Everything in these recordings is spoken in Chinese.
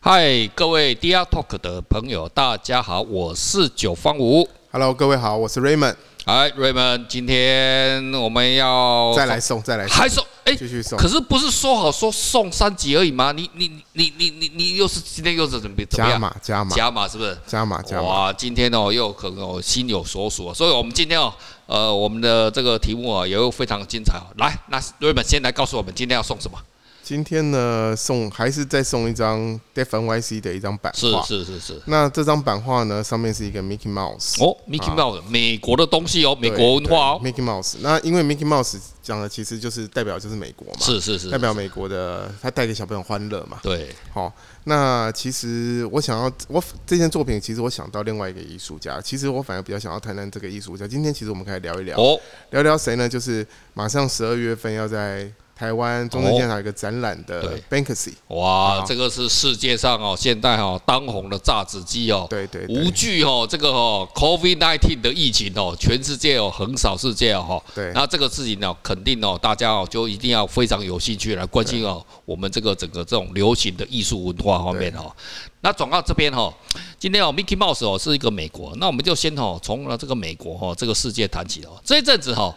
嗨，各位 DR Talk 的朋友，大家好，我是九方五。 Hello，各位好，我是 Raymond，哎，瑞们，今天我们要再来送，再来送，还送？哎，继续送可是不是说好说送三集而已吗？你你你你你你又是今天又是怎么怎么加样？码加码加码是不是？加码加码，哇，今天哦又可能我心有所属，所以我们今天哦，呃，我们的这个题目啊也又非常精彩哦。来，那瑞们先来告诉我们今天要送什么？今天呢送还是再送一张 Def NYC 的一张版是画，是是是。那这张版画呢上面是一个 Mickey Mouse，哦，Mickey Mouse，美国的东西哦，美国文化哦啊对，对 Mickey Mouse，那因为 Mickey Mouse 讲的其实就是代表就是美国嘛，是是是，代表美国的，他带给小朋友欢乐嘛，对，好，那其实我想要，我这件作品其实我想到另外一个艺术家，其实我反而比较想要谈谈这个艺术家。今天其实我们可以聊一聊，哦，聊聊谁呢？就是马上十二月份要在台湾中正现场有一个展览的哦对 Banksy，哇，好这个是世界上哦，现代哦当红的榨汁机哦，对对对无惧哦这个哦 COVID 1 9的疫情哦，全世界哦横扫世界哦，对那这个事情呢，肯定哦大家哦就一定要非常有兴趣来关心哦我们这个整个这种流行的艺术文化方面哦。那转到这边哦，今天哦，Mickey Mouse 哦是一个美国，那我们就先哦从了这个美国哦这个世界谈起哦。这一阵子哦，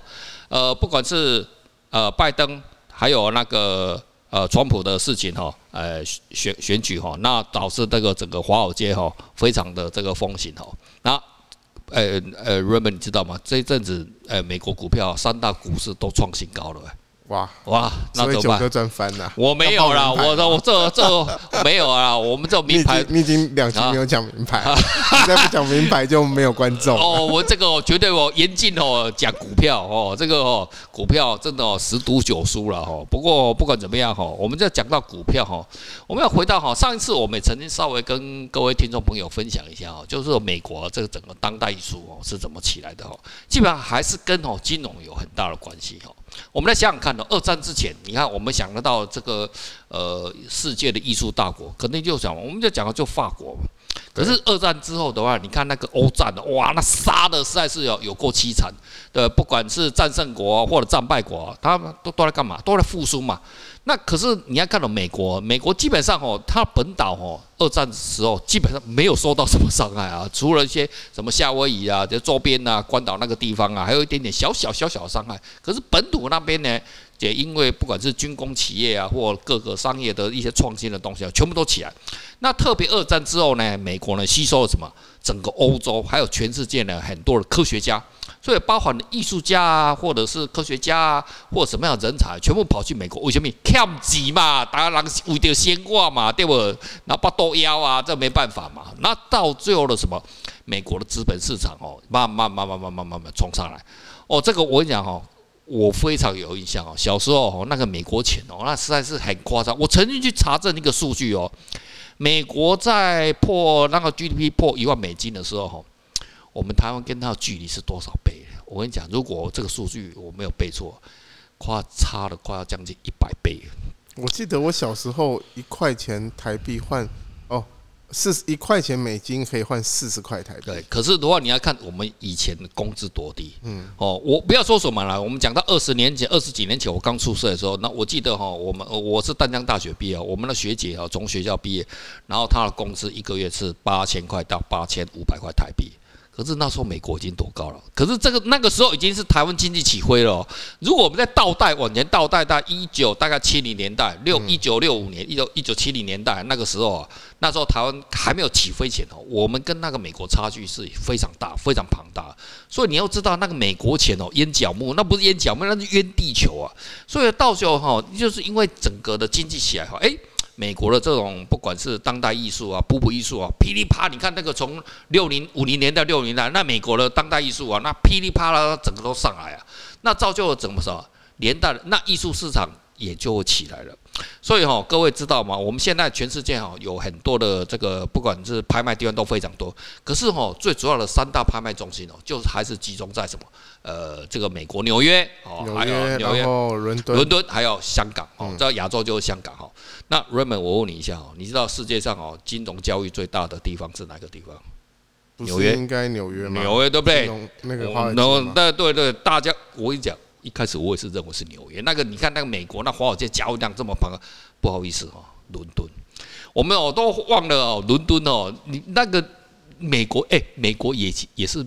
呃，不管是呃拜登还有那个呃川普的事情哈、呃选选选举哈、那导致这个整个华尔街哈、非常的这个风行哈、那呃呃，Raymond 你知道吗？这一阵子呃美国股票三大股市都创新高了、哇，哇，那所以怎九么哥办？赚翻了。我没有啦，要报名牌我的我这 这没有啦，我们这你名已牌啊经你已经两集没有讲明白， 你再不讲明白就没有 观众。哦，我这个我绝对我严禁哦讲股票哦，这个哦股票真的哦十赌九输了哦。不过不管怎么样哈、哦，我们就讲到股票哈、哦，我们要回到哈、哦、上一次我们也曾经稍微跟各位听众朋友分享一下哦，就是说美国这个整个当代艺术哦是怎么起来的哦，基本上还是跟哦金融有很大的关系哦。我们来想想看哦，二战之前，你看我们想得到这个呃世界的艺术大国，肯定就想我们就讲的就法国嘛。可是二战之后的话，你看那个欧战的，哦哇，那杀的实在是有有够凄惨的，不管是战胜国啊或者战败国，他们都都在干嘛？都在复苏嘛。那可是你要看到美国，美国基本上哦，它本岛哦，二战时候基本上没有受到什么伤害啊，除了一些什么夏威夷啊、就周边啊、关岛那个地方啊，还有一点点小小小小的伤害。可是本土那边呢，也因为不管是军工企业啊，或各个商业的一些创新的东西啊，全部都起来。那特别二战之后呢，美国呢吸收了什么？整个欧洲还有全世界呢很多的科学家，所以包含了艺术家啊，或者是科学家啊，或者什么样的人才，全部跑去美国。为什么？欠钱嘛，大家人是为着先挂嘛，对不？那不多腰啊，这没办法嘛。那到最后的什么？美国的资本市场哦，慢慢慢慢慢慢慢慢冲上来。哦，这个我跟你讲哦，我非常有印象哦。小时候哦，那个美国钱哦，那实在是很夸张。我曾经去查证一个数据哦，美国在破那个 GDP 破一万美金的时候，哈，我们台湾跟它的距离是多少倍？我跟你讲，如果这个数据我没有背错，快差了快要将近一百倍。我记得我小时候一块钱台币换哦，四一块钱美金可以换四十块台对币，，可是的话，你要看我们以前的工资多低。嗯，哦，我不要说什么了，我们讲到二十年前、二十几年前，我刚出社的时候，那我记得哈、我们呃我是淡江大学毕业，我们的学姐啊、从学校毕业，然后她的工资一个月是八千块到八千五百块台币。可是那时候美国已经多高了？可是这个那个时候已经是台湾经济起飞了哦、如果我们在倒带往前倒带，到一九大概七零年代，六一九六五年，一九一九七零年代那个时候啊，那时候台湾还没有起飞前哦，我们跟那个美国差距是非常大、非常庞大的。所以你要知道，那个美国钱哦，淹脚木，那不是淹脚木，那是淹地球啊。所以到时候哈、就是因为整个的经济起来哈，诶，美国的这种不管是当代艺术啊、瀑布艺术啊，噼里啪，你看那个从六零五零年代六零代，那美国的当代艺术啊，那噼里啪啦，整个都上来啊，那造就了怎么说，连带那艺术市场也就会起来了。所以哈、各位知道吗？我们现在全世界哈、有很多的这个，不管是拍卖地方都非常多。可是哈、最主要的三大拍卖中心哦，就是还是集中在什么？呃，这个美国纽约哦，纽还有约纽约然后伦敦伦敦还有香港哦，嗯在亚洲就是香港哈、哦。那 Raymond，我问你一下哦，你知道世界上哦金融交易最大的地方是哪个地方？不纽约是应该纽约吗？纽约对不对？金融那个华我尔街然后吗那对对，大家我跟你讲，一开始我也是认为是纽约。那个你看那个美国那华尔街交易量这么庞，不好意思哈、哦，伦敦。我们哦都忘了哦，伦敦哦，你那个美国哎、美国也也是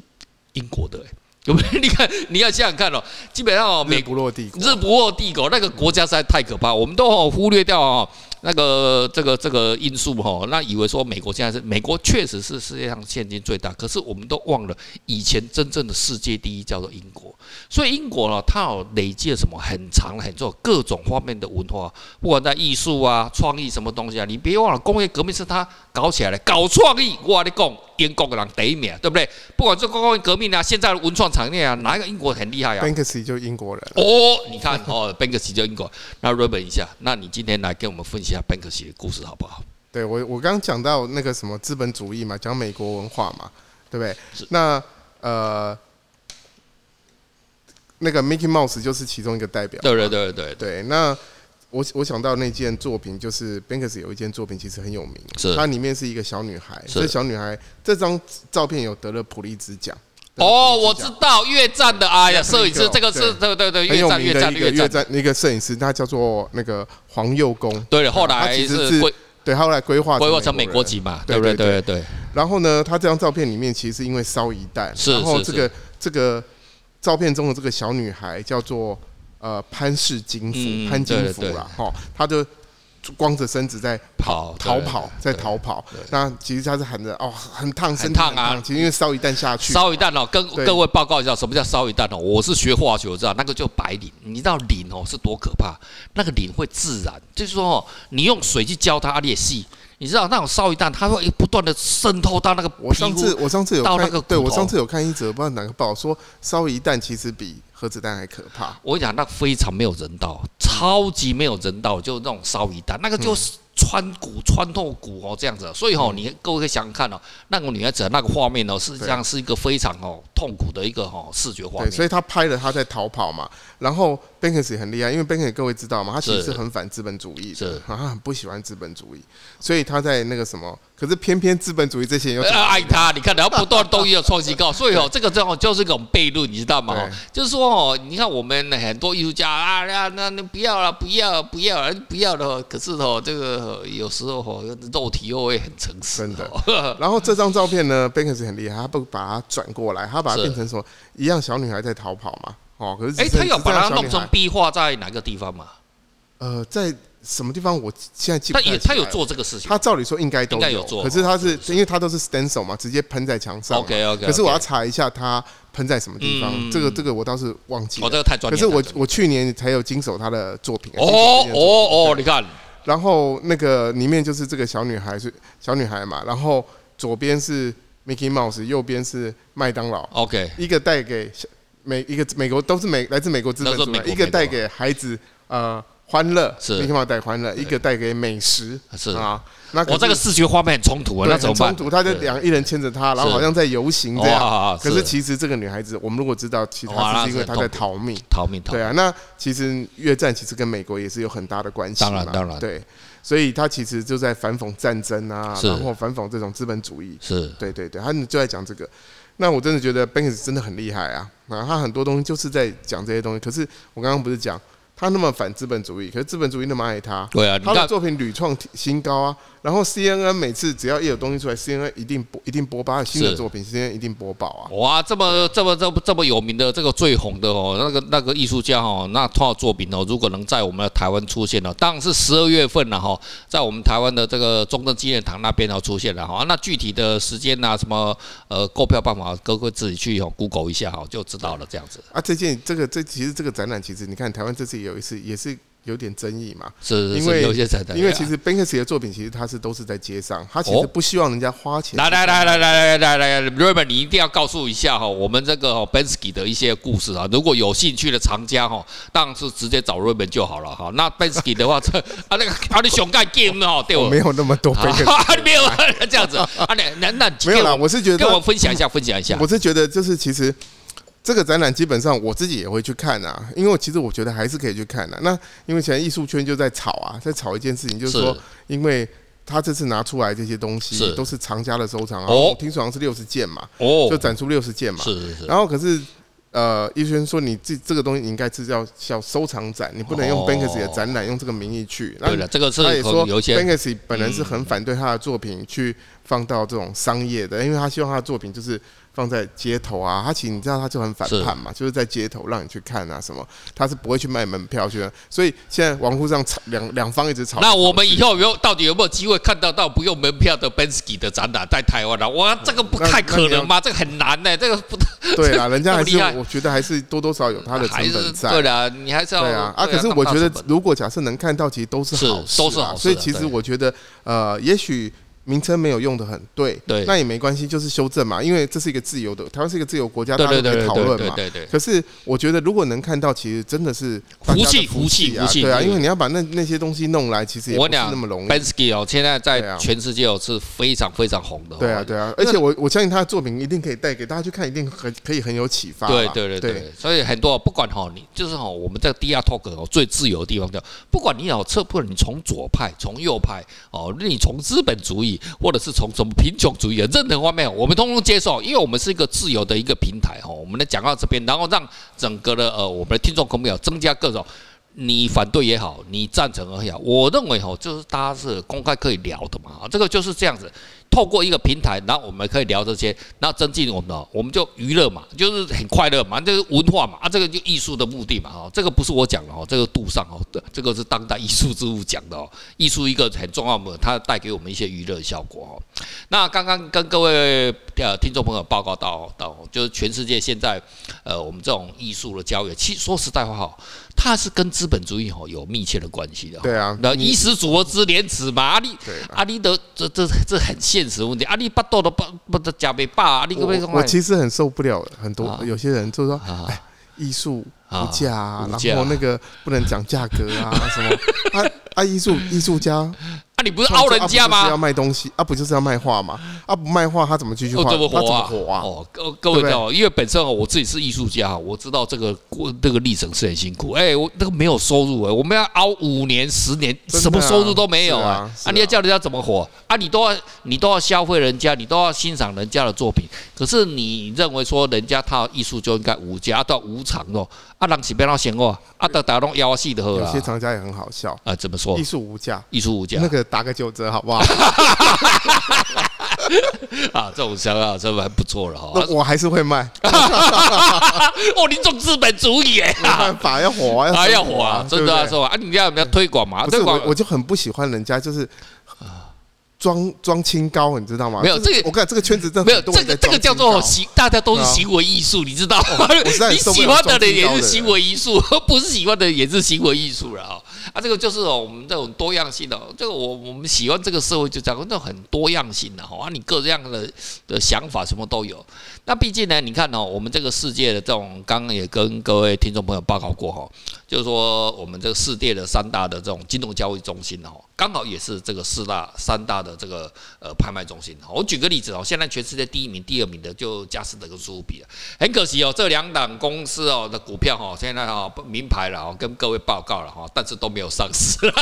英国的哎、有没有？ 你看你要想想看哦，基本上哦，美美不落帝国，日不落帝国那个国家实在太可怕，我们都哦忽略掉哦那个这个这个因素哦，那以为说美国现在是美国确实是世界上现今最大，可是我们都忘了以前真正的世界第一叫做英国，所以英国呢，它有累积了什么很长很重各种方面的文化，不管在艺术啊、创意什么东西啊，你别忘了工业革命是它搞起来的，搞创意，我跟你讲，英国人第一名，对不对？不管是工业革命啊，现在的文创产业啊，哪一个英国很厉害啊？ Banksy 就英国人，哦，你看哦，Banksy 就英国。那 r o b i n 一下，那你今天来跟我们分析一下 Banksy 的故事好不好？对我我刚讲到那个什么资本主义嘛，讲美国文化嘛，对不对？那呃，那个 Mickey Mouse 就是其中一个代表。对对对对对，对，那我我想到那件作品，就是 Banksy 有一件作品其实很有名，是它里面是一个小女孩，是这小女孩这张照片有得了普利兹奖。得了哦，普利兹我奖知道越战的，哎呀，摄影师，这对个是对对对，很越有战名越的战一个越越战。战那个摄影师，他叫做那个黄佑公，对了，后他来其实是是规对他后来规划规划成美国人籍嘛，对对不对？对对对对，然后呢，他这张照片里面其实是因为烧一弹，是然后是这个这个照片中的这个小女孩叫做呃潘氏金福，嗯潘金对福对啦，哈，她就光着身子在跑逃跑，在。对对逃跑。那其实她是喊着哦，很烫，身体烫啊其实因为烧一弹下去，烧一弹哦，跟对各位报告一下，什么叫烧一弹哦？我是学化学，我知道那个叫白磷。你知道磷哦是多可怕？那个磷会自燃，就是说哦，你用水去浇它，它裂隙。你知道那种烧一弹，它会不断的渗透到那个我皮上次肤。我上次有到那看个，对骨我头上次有看一则不知道哪个报说烧一弹其实比核子弹还可怕。我跟你讲，那非常没有人道，超级没有人道，就那种烧一弹，那个就是穿骨、穿透骨哦，这样子。所以嗯哦，你各位可以想想看哦，那个女孩子的那个画面哦，事实上是一个非常哦痛苦的一个哦视觉画对，面。所以他拍了他在逃跑嘛。然后 Banks 也很厉害，因为 Banks 各位知道嘛，他其实是是很反资本主义的是，啊，他很不喜欢资本主义，所以他在那个什么，可是偏偏资本主义这些人又呃，爱他，你看，然后不断东西有创新高，所以哦，这个这种就是一种悖论，你知道吗？哦对就是说哦，你看我们很多艺术家啊，那那那不要了，不要不要了，不要了。可是哦，这个有时候哦，肉体又会很诚实，真的 哦然后这张照片呢，Banks 很厉害，他不把它转过来，他把它是变成什么一样小女孩在逃跑嘛。哦，可是只哎，是他有只是把它这样弄小女成孩壁画在哪个地方嘛？呃，在什么地方？我现在记不他太也起他有来了做这个事情他照理说应该都应该有做可是他是因为他都是 stencil 嘛，直接喷在墙上嘛。 OK，OK，OK 可是我要查一下他喷在什么地方，嗯这个这个我倒是忘记了。哦，这个太专可业。是我太专业我去年才有经手他的作品。经手哦这件作品哦哦，你看，然后那个里面就是这个小女孩是小女孩嘛，然后左边是 Mickey Mouse，右边是麦当劳， OK，一个带给小美一个美国都是美来自美国资本主都是美义，国一个带给孩子呃欢乐是，Mickey Mouse 带欢乐，一个带给美食是啊。那可我这个是视觉画面很冲突啊，对那怎么很办？冲突，他就两一人牵着她，然后是好像在游行这哦好好样。好可是是其实这个女孩子，我们如果知道，其实哇她那只是因为是很她在痛苦逃命。逃命逃对啊，那其实越战其实跟美国也是有很大的关系嘛当然当然对，所以他其实就在反讽战争啊，是然后反讽这种资本主义，是对对对，他们就在讲这个。那我真的觉得 Banks 真的很厉害啊，啊，他很多东西就是在讲这些东西。可是我刚刚不是讲他那么反资本主义，可是资本主义那么爱他，对啊，你他的看作品屡创新高啊。然后 CNN 每次只要一有东西出来，CNN 一定播一定播报他有新的是作品，CNN 一定播报啊。哇，这么这么这么这么有名的这个最红的哦，那个那个艺术家哦，那他的作品哦，如果能在我们的台湾出现哦，当然是十二月份了哈、在我们台湾的这个中正纪念堂那边哦出现了哈、那具体的时间呐、什么呃购票办法，各位自己去哦 Google 一下哈、就知道了。这样子啊，这件这个这其实这个展览，其实你看台湾这次也有一次也是有点争议嘛，是因是为有些才啊因为其实 Banksy 的作品其实他是都是在街上，他其实哦不希望人家花钱。来来来来来来来来，Raymond，你一定要告诉一下哈、我们这个、哦、Bensky 的一些故事啊。如果有兴趣的藏家哈、当然是直接找 Raymond 就好了哈、那 Bensky 的话，这啊那个啊你熊盖 game 哦，对我我没有那么多 Banksy，啊，没有这样子啊，那那没有啦，了，我是觉跟我得，分享一下，分享一下我。是觉得就是其实这个展览基本上我自己也会去看啊，因为其实我觉得还是可以去看的、那因为现在艺术圈就在吵啊，在吵一件事情，就是说是因为。他这次拿出来这些东西是都是藏家的收藏啊，哦我听说好像是六十件嘛，哦就，展出六十件嘛。是是是，然后可是呃，医生说你这这个东西你应该是叫叫收藏展，你不能用哦 Banksy 的展览、用这个名义去。那对了，这个是他也可说能有一些嗯，Banksy 本人是很反对他的作品去放到这种商业的，因为他希望他的作品就是放在街头啊。他其实你知道，他就很反叛嘛，就是在街头让你去看啊什么，他是不会去卖门票去的。所以现在网络上吵两两方一直吵。那我们以后有没有到底有没有机会看到到不用门票的 Bensky 的展览在台湾呢、啊？哇，这个不那太那可你要能吧？这个很难呢、这个不对啦，人家还是这么厉害我觉得还是多多少有他的成还是本在。对啦，你还是要对啊，啊，可是要我觉得看到成，本如果假设能看到，其实都是是好事、啊，都是好事所以啊其实对我觉得，呃，也许名称没有用的很对，对那也没关系，就是修正嘛，因为这是一个自由的，台湾是一个自由国家，对对大家对都可以对讨论对嘛。对对对可是我觉得，如果能看到，其实真的是大家的福气福气啊，福气对啊，福气因为你要把那那些东西弄来，其实也我不跟是你讲那么容易。 Bensky 哦，现在对啊在全世界哦是非常非常红的、哦。对啊，对啊，而且我我相信他的作品一定可以带给大家去看，一定很可以很有启发吧。对对对对对，所以很多不管哈，你就是哈，我们在 DR Talk 哦最自由的地方叫，不管你好撤不，你从左派、从右派哦，你从资本主义或者是从什么贫穷主义的任何方面，我们通通接受，因为我们是一个自由的一个平台哦哈。我们来讲到这边，然后让整个的呃我们的听众朋友增加各种。你反对也好，你赞成也好，我认为哈，就是大家是公开可以聊的嘛，这个就是这样子。透过一个平台，然后我们可以聊这些，然后增进我们的，我们就娱乐嘛，就是很快乐嘛，这个文化嘛，啊，这个就艺术的目的嘛，哈，这个不是我讲的哦，这个杜尚哦，这这个是当代艺术之父讲的哦，艺术一个很重要的，它带给我们一些娱乐效果哦。那刚刚跟各位呃听众朋友报告到哦到，就是全世界现在呃我们这种艺术的交流，其实说实在话哈，它是跟资本主义哈有密切的关系的哦。对啊，那你衣食足而知廉耻嘛，啊阿里对啊啦阿里的这这这很现实问题，阿里巴肚都不不得加没饱，阿啊里个被我我其实很受不了，很多、啊有些人就说啊艺术啊无价、啊，无价然后那个不能讲价格 啊什么啊啊，艺术艺术家啊你不是凹人家啊不就是吗？要卖东西啊，不就是要卖画嘛？啊，不卖画他怎么继续画？哦，他怎么活啊？火啊？哦，各各位知道，因为本身哦，我自己是艺术家，我知道这个过这个历程是很辛苦。哎，我那个没有收入哎，我们要熬五年、十年，真的啊什么收入都没有是啊啊！是啊啊，你要叫人家怎么活啊？你都要你都要消费人家，你都要欣赏人家的作品。可是你认为说人家他的艺术就应该无价到无偿哦？啊，人是变到闲哦，啊，都打弄腰细的喝有啊些。厂家也很好笑，啊，怎么说艺？术无价，艺术无价那个打个九折 好不好？啊，这种想法真的还不错了哈那。我还是 会卖，哦，你重资本主义哎，没办法，要火啊，啊，生要活火啊，对真不的啊，对是吧？啊，你要人家推广嘛，不是推广啊我，我就很不喜欢人家就是装装清高，你知道吗？没有就是这个我看这个圈子真的没有很多这人个在这个装叫清做高行，大家都是对啊行为艺术，你知道吗？ 实在你受不喜了欢的装人清也高的是人行为艺术， 不是喜欢的人也是行为艺术了啊！啊，这个就是哦，我们这种多样性的哦，这个我我们喜欢这个社会就讲那种很多样性的哈，啊，你各样的的想法什么都有。那毕竟呢，你看哦，我们这个世界的这种，刚刚也跟各位听众朋友报告过哈、哦，就是说我们这个世界的三大的这种金融交易中心哦，刚好也是这个四大三大的这个呃拍卖中心哦。我举个例子哦，现在全世界第一名、第二名的就佳士得跟苏富比了，很可惜哦，这两档公司哦的股票哦，现在哦不名牌了哦，跟各位报告了哈、哦，但是都没有上市了，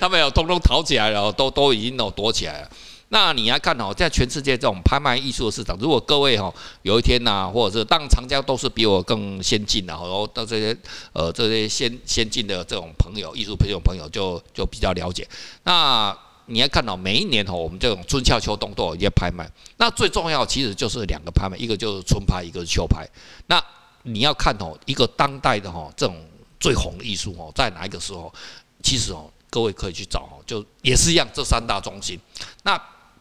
他们有通通逃起来了哦，都都已经哦躲起来了。那你要看哦，在全世界这种拍卖艺术的市场，如果各位哦有一天呐、或者是当然厂家都是比我更先进的、然后到这些呃这些先先进的这种朋友、艺术朋友朋友就就比较了解。那你要看到、每一年哦，我们这种春夏秋冬都有一些拍卖。那最重要其实就是两个拍卖，一个就是春拍，一个是秋拍。那你要看哦，一个当代的哦这种最红的艺术哦，在哪一个时候？其实哦，各位可以去找哦，就也是一样，这三大中心。那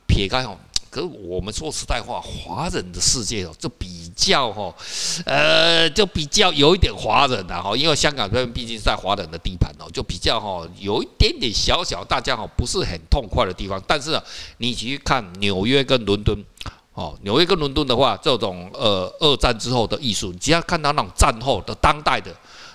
撇开哦，可是我们说实在话，华人的世界哦，就比较哦，呃，就比较有一点华人的、哈，因为香港这边毕竟是在华人的地盘哦，就比较哈有一点点小小大家哈哦不是很痛快的地方。但是、啊、你去看纽约跟伦敦。哦，纽约跟伦敦的话，这种呃二战之后的艺术，你只要看到那种战后的当代的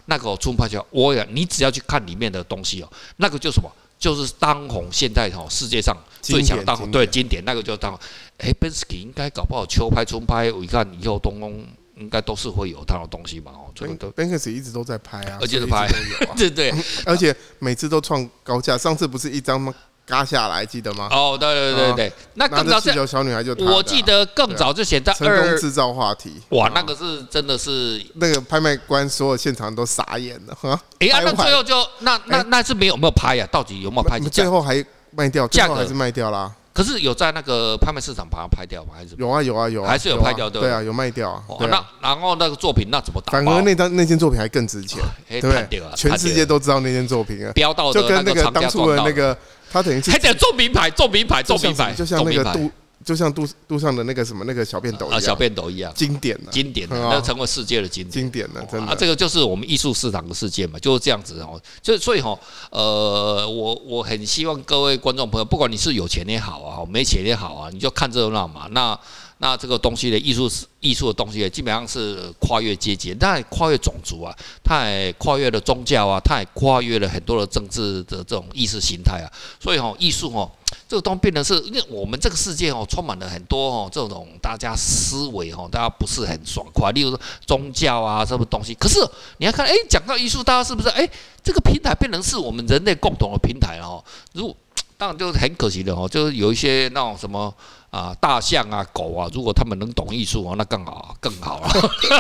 那个春拍桥，我呀，你只要去看里面的东西哦，那个就是什么，就是当红现在哦世界上最强当红经典经典对经典那个就是当红。哎，Bensky 应该搞不好秋拍春拍，我一看以后东宫应该都是会有他的东西嘛哦，这个哎都 Banks 一直都在拍啊，而且所以是拍 一直都有啊对对而且每次都创高价。上次不是一张吗？嘎下来，记得吗？哦，对对对啊对，那拿更着早气是，球小女孩就她的啊啊我记得更早之前在成功二，制造话题，啊哇，那个是真的是，那个拍卖官所有现场都傻眼了哈。哎呀，拍那完最后就那那哎那是没有有没有拍啊呀？到底有没有拍？就这最样，后还卖掉，最价格后还是卖掉啦。可是有在那个拍卖市场把它拍掉吗？还是什么？有啊有啊有啊，还是有拍掉啊对对啊，有卖掉啊。哦对啊那然后那个作品那怎么打包？反而那张那件作品还更值钱，哎对不太屌对了？全世界都知道那件作品啊，标到的就跟那那个个厂当家初撞的到那个，他等于是还讲中名牌，中名牌，就中像名什么牌，就像那个中名杜，就像杜杜尚的那个什么那个小便斗牌啊，一样，小便斗一样，经典的经典的，嗯啊那成为世界的经典。经典的，真啊，的这个就是我们艺术市场的世界嘛，就是这样子哦。就所以哈、呃，我我很希望各位观众朋友，不管你是有钱也好啊，没钱也好啊，你就看热闹嘛。那那这个东西的艺术是艺术的东西呢，基本上是跨越阶级，它也跨越种族啊，它也跨越了宗教啊，它也跨越了很多的政治的这种意识形态啊。所以哈、艺术哦，这个东西变得是，因为我们这个世界哦，充满了很多哦这种大家思维哦，大家不是很爽快。例如说宗教啊，什么东西。可是你要看，哎，讲到艺术，大家是不是哎，这个平台变成是我们人类共同的平台了哦？如果当然就是很可惜的哦，就是有一些那种什么啊，大象啊、狗啊，如果他们能懂艺术哦，那更好更好了。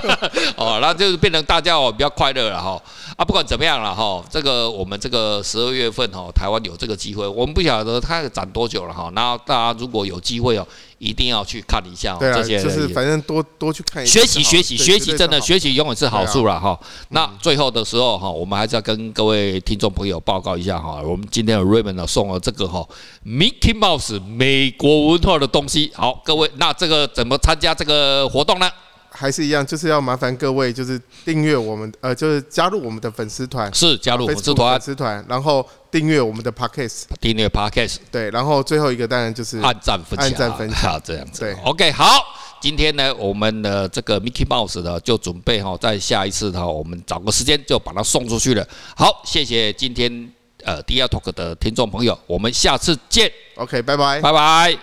哦，那就是变成大家哦比较快乐了哈、啊，不管怎么样了哈、这个我们这个十二月份哦，台湾有这个机会，我们不晓得它展多久了哈、那大家如果有机会哦，一定要去看一下、哦对啊，这些就是人反正多多去看一学下哎就好，习学习对学绝对习，是真的好啊嗯学习永远是好处了哈。那最后的时候哈，我们还是要跟各位听众朋友报告一下哈，我们今天有 Raymond 呢送了这个哈 Mickey Mouse 美国文化的东西。好，各位，那这个怎么参加这个活动呢？还是一样，就是要麻烦各位就是订阅我们，呃，就是加入我们的粉丝团，是加入我们社 Facebook 的团粉，丝团，然后订阅我们的 podcast，订阅 Podcast，对，然后最后一个当然就是按赞分享，按赞分享这样子。对 OK，好，今天呢，我们的这个 Mickey Mouse 呢，就准备哈，在下一次哈，我们找个时间就把它送出去了。好，谢谢今天呃第二 talk 的听众朋友，我们下次见， OK，拜拜。拜拜。